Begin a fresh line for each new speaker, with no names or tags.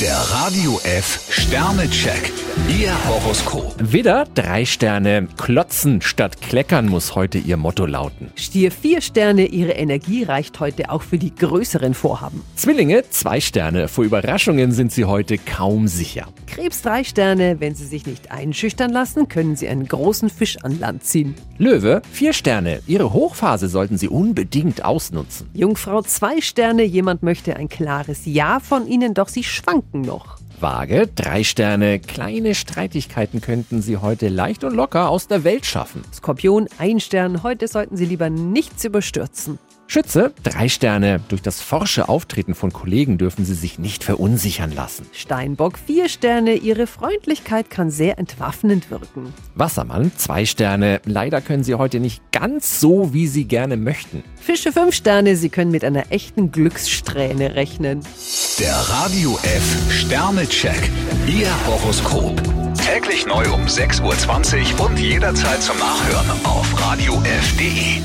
Der Radio F Sternecheck. Ihr Horoskop.
Widder, drei Sterne. Klotzen statt kleckern muss heute ihr Motto lauten.
Stier vier Sterne, Ihre Energie reicht heute auch für die größeren Vorhaben.
Zwillinge, zwei Sterne. Vor Überraschungen sind sie heute kaum sicher.
Krebs drei Sterne, wenn Sie sich nicht einschüchtern lassen, können Sie einen großen Fisch an Land ziehen.
Löwe, vier Sterne. Ihre Hochphase sollten sie unbedingt ausnutzen.
Jungfrau zwei Sterne, jemand möchte ein klares Ja von Ihnen, doch Sie schwanken noch.
Waage, drei Sterne. Kleine Streitigkeiten könnten sie heute leicht und locker aus der Welt schaffen.
Skorpion ein Stern, heute sollten Sie lieber nichts überstürzen.
Schütze, drei Sterne. Durch das forsche Auftreten von Kollegen dürfen sie sich nicht verunsichern lassen.
Steinbock vier Sterne, Ihre Freundlichkeit kann sehr entwaffnend wirken.
Wassermann, zwei Sterne. Leider können sie heute nicht ganz so, wie sie gerne möchten.
Fische fünf Sterne, Sie können mit einer echten Glückssträhne rechnen.
Der Radio F Sternecheck. Ihr Horoskop. Täglich neu um 6.20 Uhr und jederzeit zum Nachhören auf Radio radiof.de.